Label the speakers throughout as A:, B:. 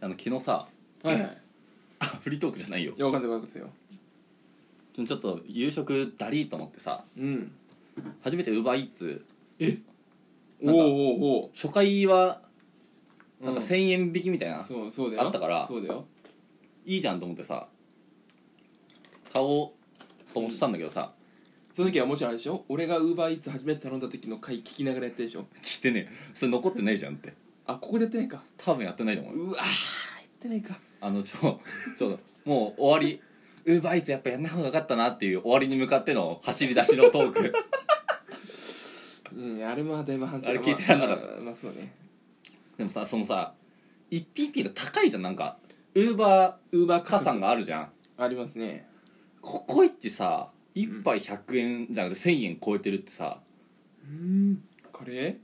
A: あの昨日さ
B: はいはい
A: あフリートークじゃないよ
B: いや分かってる分かってるよ
A: ちょっと夕食だりーと思ってさ
B: うん
A: 初めてウーバーイーツ
B: お
A: なんか
B: おおうおう
A: 初回は
B: うん
A: なんか1000円引きみたいな、
B: そうそうだよ
A: あったから
B: そうだよ
A: いいじゃんと思ってさ買おうと思ってたんだけどさ、
B: その時はもちろんあれでしょ俺がウーバーイーツ初めて頼んだ時の回聞きながらやってるでしょ
A: 聞いてねそれ残ってないじゃんって
B: あここでやってないか
A: 多分やってないと思う
B: うわーやってないか
A: あのちょちょもう終わりウーバーイーツやっぱやんない方が良かったなっていう終わりに向かっての走り出しのトーク
B: うんあれもだいぶ反省
A: あれ聞いてらんなかった
B: まあまあそうね
A: でもさそのさ一匹一匹が高いじゃんなんかウーバ
B: ウーバー
A: ー加算があるじゃん
B: ありますね
A: ココイチさ1杯100円じゃなくて1000円超えてるってさ
B: うんカレ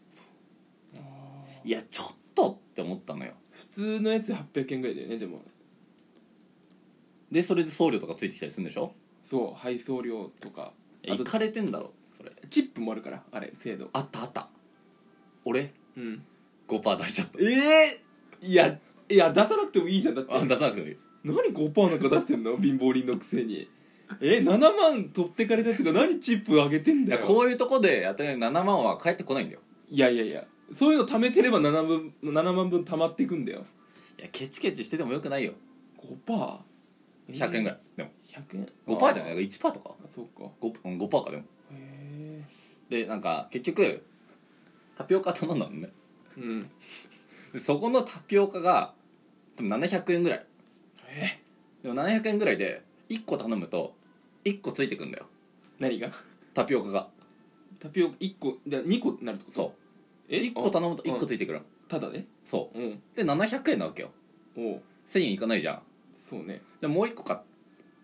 B: ー
A: いやちょっとって思ったのよ
B: 普通のやつ800円ぐらいだよねでも
A: でそれで送料とかついてきたりするんでしょ
B: そう配送料とか
A: え
B: あ
A: 行
B: と
A: かれてんだろそれ
B: チップもあるからあれ制度
A: あったあった俺
B: うん
A: 5%出しちゃった
B: ええいやいや出さなくてもいいじゃんだって
A: あ出さなくてもいい
B: 何5%なんか出して んの貧乏人のくせにえ7万取ってかれたやつが何チップ上げてん
A: い
B: だ
A: や
B: よ
A: こういうとこでやってない7万は返ってこないんだよ
B: いやいやいやそういうの貯めてれば7分7万分貯まっていくんだよ
A: いやケチケチしててもよくないよ
B: 5%100
A: 100円ぐらい、でも
B: 100円
A: 5%じゃないい1%とか
B: あそうか
A: 5%, うん5%かでも
B: へ
A: でなんか結局タピオカ頼んだのね
B: えうん
A: でそこのタピオカがでも700円ぐらいでも700円ぐらいで1個頼むと1個ついてくんだよ
B: 何が
A: タピオカが
B: タピオカ1個じゃ2個になるってこと
A: そう
B: え
A: 1個頼むと
B: あ
A: 1個ついてくるの
B: ただね
A: そ
B: うん
A: うで700円なわけよ
B: おう
A: 1000円いかないじゃん
B: そうね
A: でもう1個買っ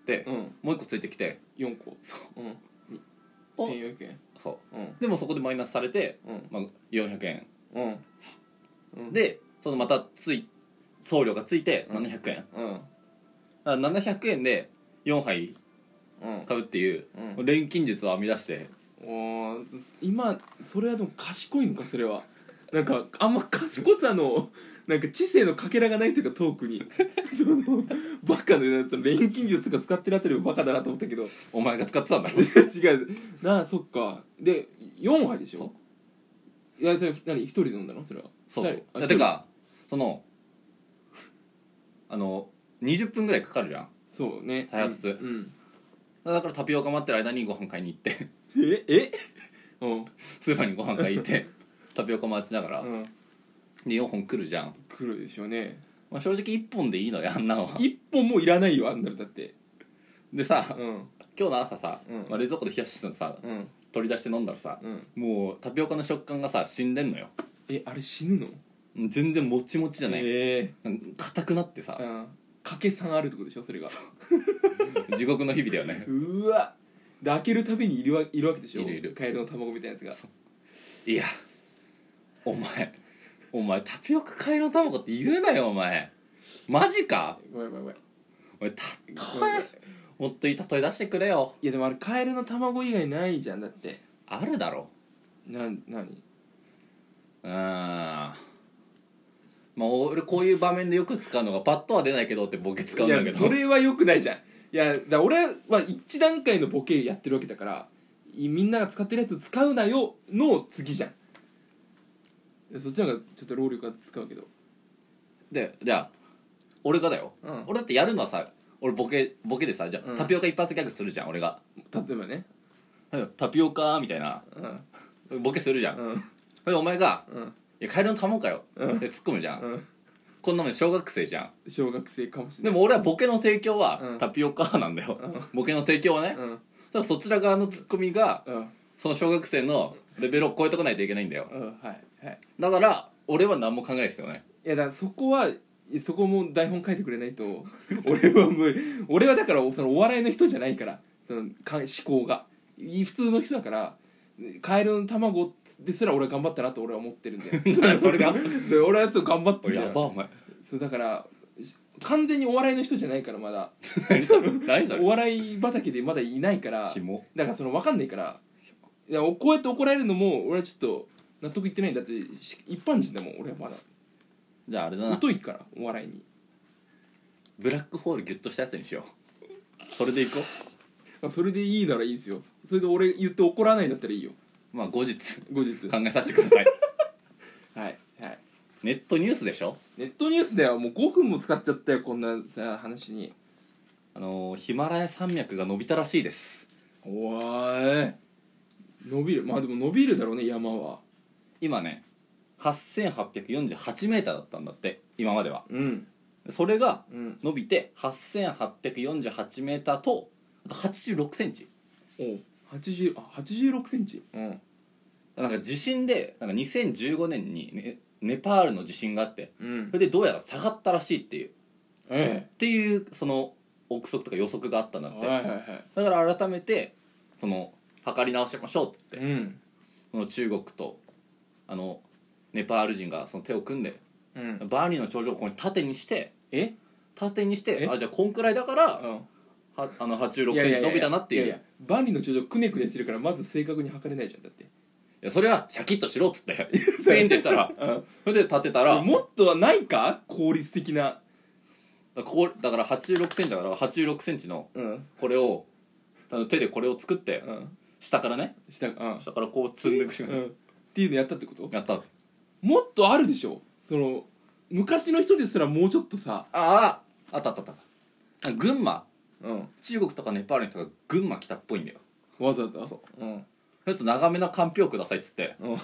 A: て、
B: うん
A: もう1個ついてきて
B: 4個
A: そう
B: うん
A: お
B: 1400円
A: そ
B: うん
A: うでもそこでマイナスされて、
B: うん
A: まあ、400円、
B: うんうん
A: でそのまたつい送料がついて700円、
B: うん
A: だから700円で4杯
B: うん
A: 買うっていう、
B: う
A: 錬金術を編み出して
B: おー今それはでも賢いのかそれはなんかあんま賢さのなんか知性のかけらがないというかトークに そのバカでなその錬金術とか使ってるあたりもバカだなと思ったけど
A: お前が使ってたんだろ
B: 違うなあそっかで4杯でしょ
A: そ
B: いやそれ何一人で飲んだのそれは
A: そう
B: 誰
A: そ
B: あ
A: うだてかそのあの20分ぐらいかかるじゃん
B: そうね
A: 開発
B: うん
A: だからタピオカ待ってる間にご飯買いに行って
B: ええうん
A: スーパーにご飯買いに行って タピオカ待ちながら、
B: うん
A: で4本来るじゃん、
B: 来るでしょうね
A: まあ、正直1本でいいのよあんなのは
B: 一本もいらないよあんなのだって
A: でさ
B: うん
A: 今日の朝さ、
B: うん
A: まあ、冷蔵庫で冷やしてたのさ
B: うん
A: 取り出して飲んだらさ
B: うん
A: もうタピオカの食感がさ死んでんのよ
B: えあれ死ぬの
A: 全然もちもちじゃない、
B: ええ
A: なんか硬くなってさ
B: うんかけ3あるってことでしょそれが
A: 地獄の日々だよね
B: うわで開けるたびにいるわいるわけでしょ
A: いるいる
B: カエルの卵みたいなやつが
A: いやお前お前タピオカカエルの卵って言うなよお前マジか
B: ごめんごめんごめん
A: お前た
B: ごめんごめん
A: もっといい例え出してくれよ
B: いやでもあれカエルの卵以外ないじゃんだって
A: あるだろ
B: なん何
A: うーんまあ俺こういう場面でよく使うのがパッとは出ないけどってボケ使うんだけ
B: いや
A: ど
B: それはよくないじゃんいやだから俺は一段階のボケやってるわけだからいみんなが使ってるやつ使うなよの次じゃんいやそっちの方がちょっと労力は使うけど
A: でじゃあ俺がだよ、
B: うん
A: 俺だってやるのはさ俺ボケボケでさじゃあ、
B: うん
A: タピオカ一発ギャグするじゃん俺が
B: 例えばね
A: 「タピオカ」みたいな
B: うん
A: ボケするじゃん、
B: うん
A: でお前が
B: う
A: 「
B: ん
A: いやカエルの卵かよ」
B: うん
A: で突っ込むじゃん、
B: うん
A: こんなもん小学生じゃん
B: 小学生かもしれ
A: で
B: ない
A: も俺はボケの提供は
B: うん
A: タピオカなんだよ、
B: うん
A: ボケの提供はね、
B: うん
A: ただそちら側のツッコミが
B: うん
A: その小学生のレベルを超えてこないといけないんだよ
B: うんはいはい
A: だから俺は何も考える必要ない
B: いやだからそこはそこも台本書いてくれないと 俺は無理俺はだからそのお笑いの人じゃないからそのか思考がい普通の人だからカエルの卵ですら俺は頑張ったなと俺は思ってるんだよ
A: 何 それが
B: で俺はそう頑張って
A: おい
B: るんだ
A: やば
B: よ
A: お前
B: そうだからし完全にお笑いの人じゃないからまだ
A: 何それ何そ
B: お
A: れ
B: 笑い畑でまだいないから
A: キモ
B: だからその分かんないからいやこうやって怒られるのも俺はちょっと納得いってないんだってし一般人だもん俺はまだ
A: じゃああれだな
B: 疎いからお笑いに
A: ブラックホールギュッとしたやつにしようそれでいこ
B: あそれでいいならいいですよそれで俺言って怒らないんだったらいいよ
A: うまあ後日
B: 後日
A: 考えさせてください
B: はいはい
A: ネットニュースでしょ
B: ネットニュースではもう5分も使っちゃったよこんなさ話に
A: あのーヒマラヤ山脈が伸びたらしいです
B: おーい伸びるまあでも伸びるだろうね山は
A: 今ね8848メーターだったんだって今までは
B: うん
A: それが
B: うん
A: 伸びて8848メーターとあと86センチ
B: お八86センチうん
A: なんか地震でなんか2015年にネネパールの地震があって
B: うん
A: それでどうやら下がったらしいっていう
B: え
A: っていうその憶測とか予測があったんだ
B: え
A: っ
B: は
A: て
B: いはいは
A: だから改めてその測り直しましょうって
B: い
A: 言って、
B: ん
A: その中国とあのネパール人がその手を組んで
B: うん
A: バーニーの頂上をここに縦にして
B: え
A: 縦にして
B: え
A: あじゃあこんくらいだからは
B: うん
A: あの86センチ伸びたなっていうい
B: い
A: や
B: やいや万里の頂上くねくねしてるからまず正確に測れないじゃんだって
A: それはシャキッとしろっつって ペンってしたらそれで立てたら
B: もっとはないか効率的な
A: こうだから86センチだから86センチの
B: うん
A: これをあの手でこれを作って
B: うん
A: 下からね
B: したうん
A: 下からこう積んでいくしか
B: う
A: ない
B: んっていうのやったってこと
A: やったあ
B: もっとあるでしょその昔の人ですらもうちょっとさ
A: ああったあったあった群馬
B: うん
A: 中国とかネパールの人が群馬来たっぽいんだよ
B: わざわざそううん
A: ちょっと長めなかんぴょうくださいっつって
B: うん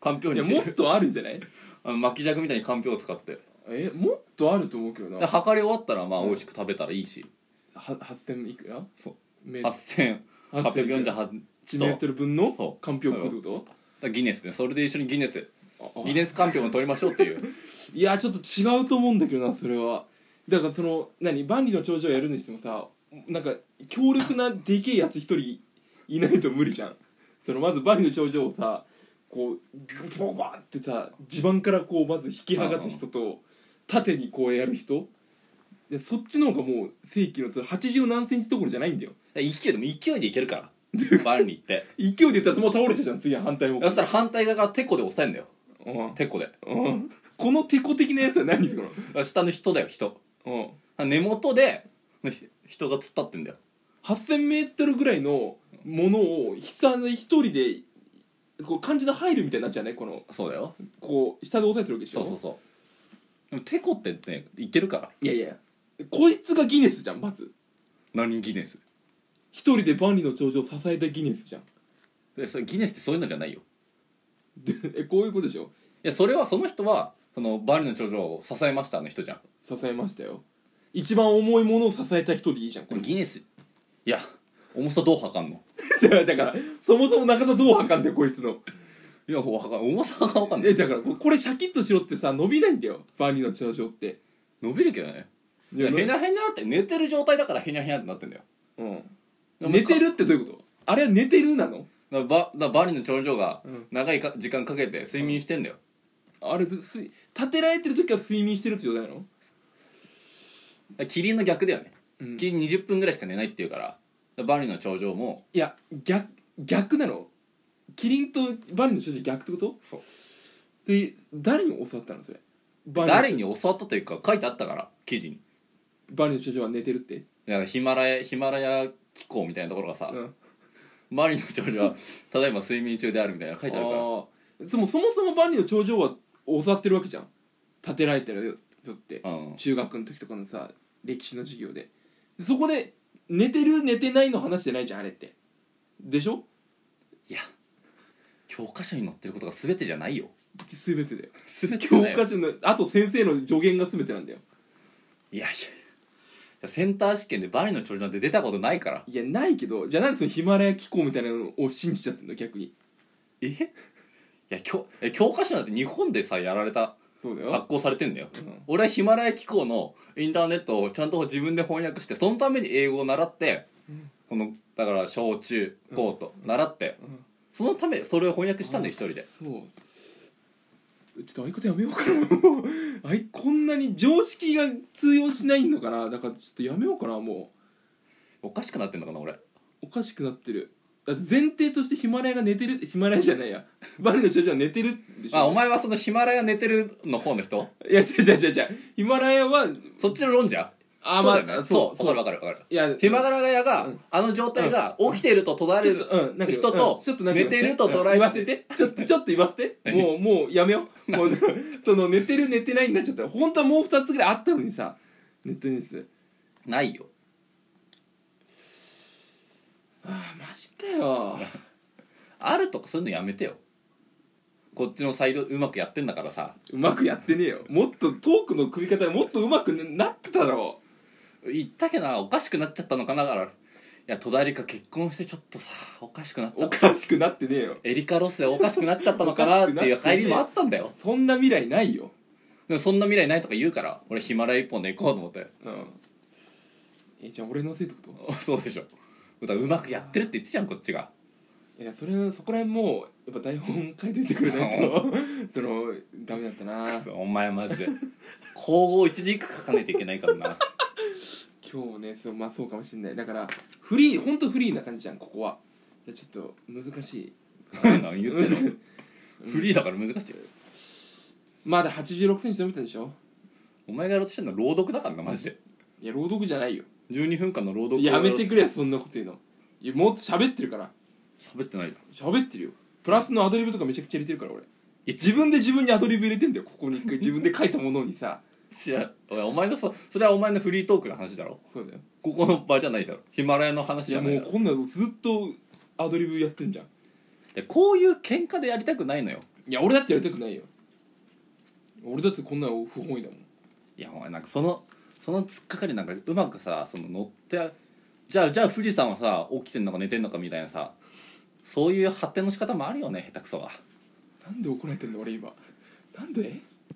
A: かんぴょう
B: い
A: に
B: や
A: して
B: もっとあるんじゃない
A: あの巻き尺みたいにかんぴょうを使って
B: えもっとあると思うけど
A: で
B: なは
A: 測り終わったらまあ美味しく食べたらいいし、
B: 8000いくら
A: そう
B: め
A: 8848だか
B: 1メートル分の
A: そう
B: かんぴょう食うってこ
A: らギネスねそれで一緒にギネス
B: とああ
A: ギネスかんぴょうも取りましょう っていう
B: いやちょっと違うと思うんだけどなそれはだからその何万里の長城やるにしてもさなんか強力なでけえやつ一人いないと無理じゃんそのまず万里の長城をさこうグボバってさ地盤からこうまず引き剥がす人と縦にこうやる人でそっちの方がもう正規のその80何センチどころじゃないんだよ
A: 勢いでも勢いでいける からバーに行って
B: 勢いで言ったらもう倒れちゃうじゃん次は反対方向
A: そしたら反対側からテコで押さえんだよ
B: うん
A: テコで
B: うんこのテコ的なやつは何その
A: 下の人だよ人
B: うん
A: 根元でひ人が突っ立ってんだよ
B: 8000m ぐらいのものを下の一人でこう感じの入るみたいになっちゃうねこの
A: そうだよ
B: こう下で押さえてるわけでし
A: そ
B: ょ
A: うそうそうでもテコってねいけるから
B: いやいやこいつがギネスじゃんまず
A: 何ギネス
B: 一人で万里の長城を支えたギネスじゃん
A: でそれギネスってそういうのじゃないよい
B: でえこういうことでしょ
A: やそれはその人はそのバリの頂上を支えましたの人じゃん
B: 支えましたよ一番重いものを支えた人でいいじゃん
A: で
B: こ
A: もギネスいや重さどう測んの
B: れだからそもそも中田どう測んだよこいつの
A: いやわかん重さが分かんない
B: えだからこれシャキッとしろってさ伸びないんだよ万里の長城って
A: 伸びるけどね
B: い
A: いやへ
B: な
A: にゃへにゃって寝てる状態だからへにゃへにゃってなってんだよ
B: うん
A: でも
B: 寝てるってどういうことあれは寝てるなの
A: だからバだからバリの頂上が
B: うん
A: 長いか時間かけて睡眠してんだよ、
B: あれずす立てられてる時は睡眠してるって状態なの
A: だからキリンの逆だよね、
B: うん
A: キリン20分ぐらいしか寝ないっていうからだからバリの頂上も
B: いや逆逆なのキリンとバリの長女逆ってこと
A: そう
B: で誰に教わったのそれバリの
A: 誰に教わったというか書いてあったから記事に
B: バリの長女は寝てるって
A: だからヒマラヤヒマラヤ機構みたいなところがさ、
B: うん
A: マリの長女 はただいま睡眠中であるみたいなの書いてあるから
B: あーでもそもそもバリの長女は教わってるわけじゃん立てられてる人って、
A: うん
B: 中学の時とかのさ歴史の授業ででそこで寝てる寝てないの話じゃないじゃんあれってでしょ
A: いや教科書に載ってることが全てじゃないよ
B: 全てだよ
A: 全てじゃ
B: 教
A: ないよ
B: 科書のあと先生の助言が全てなんだよ
A: いやいやセンター試験でバリの長女なんて出たことないから
B: いやないけどじゃあなんでそのヒマラヤ機構みたいなのを信じちゃってんの逆に
A: えいや教え教科書なんて日本でさやられた
B: そうだ
A: 発
B: よ
A: 行されてんだよ、
B: うん
A: 俺はヒマラヤ機構のインターネットをちゃんと自分で翻訳してそのために英語を習って、このだから小中高と習って、
B: ん
A: そのためそれを翻訳したんだよ一人で
B: あそうちょっと相方やめよう かなあいこんなに常識が通用しないのかなだからちょっとやめようかなも
A: おかしくなってんのかな俺
B: うおかしくなってるだって前提としてヒマラヤが寝てるヒマラヤじゃないや バリの長女は寝てるでしょ
A: あお前はそのヒマラヤ寝てるの方の人
B: いや違う違う違う違うヒマラヤは
A: そっちの論者
B: あ
A: そうだよね
B: そ
A: そうう分かる分かる分かる
B: いや
A: ヒマラヤが、あの状態が起きていると捉え
B: ちょっ
A: る
B: とうんなんか
A: 人と
B: うんちょっとなんか
A: 寝てると捉え
B: うん言わせてちょっ とちょっと言わせてもうもうやめようもうその寝てる寝てないになっちゃった本当はもう2つぐらいあったのにさネットニュース
A: ないよ
B: あマジかよ
A: あるとかそういうのやめてよこっちのサイドうまくやってんだからさ
B: うまくやってねえよもっとトークの組み方がもっとうまくなってたろ
A: 言ったけどなおかしくなっちゃったのかなだからいや戸田恵梨香結婚してちょっとさおかしくなっちゃ
B: お
A: った
B: かしくなってねえよ
A: エリカ・ロスでおかしくなっちゃったのかなっていう入りもあったんだよ
B: そんな未来ないよ
A: でもそんな未来ないとか言うから俺ヒマラヤ一本で行こうと思って
B: うんえじゃあ俺のせいってこと
A: あそうでしょだからうまくやってるって言ってたじゃんこっちが
B: いやそれそこら辺もやっぱ台本書いていてくれないと そのダメだったな
A: くそお前マジで 皇后一字一句書かないといけないからな
B: 今日ねそうまあそうかもしれないだからフリー本当フリーな感じじゃんここはじゃあちょっと難しい
A: 何言ってんのフリーだから難しいよ
B: まだ8 6ンチ伸びたでしょ
A: お前がやろうとしてるのは朗読だからなマジで
B: いや朗読じゃないよ
A: 12分間の朗読を
B: やめてくれ
A: やろう
B: よそんなこと言うのいやもっと喋ってるから
A: として喋ってないよ
B: 喋ってるよプラスのアドリブとかめちゃくちゃ入れてるから俺自分で自分にアドリブ入れてんだよここに一回自分で書いたものにさ
A: 知らんおいお前のそそれはお前のフリートークの話だろ
B: そうだよ
A: ここの場じゃないだろヒマラヤの話
B: い
A: じ
B: や
A: ゃな
B: も
A: いうだろ
B: こんなのずっとアドリブやってんじゃん
A: でこういう喧嘩でやりたくないのよ
B: いや俺だってやりたくないよ俺だってこんなの不本意だもん
A: いやお前なんかそのその突っかかりなんかうまくさその乗ってじゃあじゃあ富士山はさ起きてんのか寝てんのかみたいなさそういう発展の仕方もあるよね下手くそは
B: なんで怒られてんの俺今なんで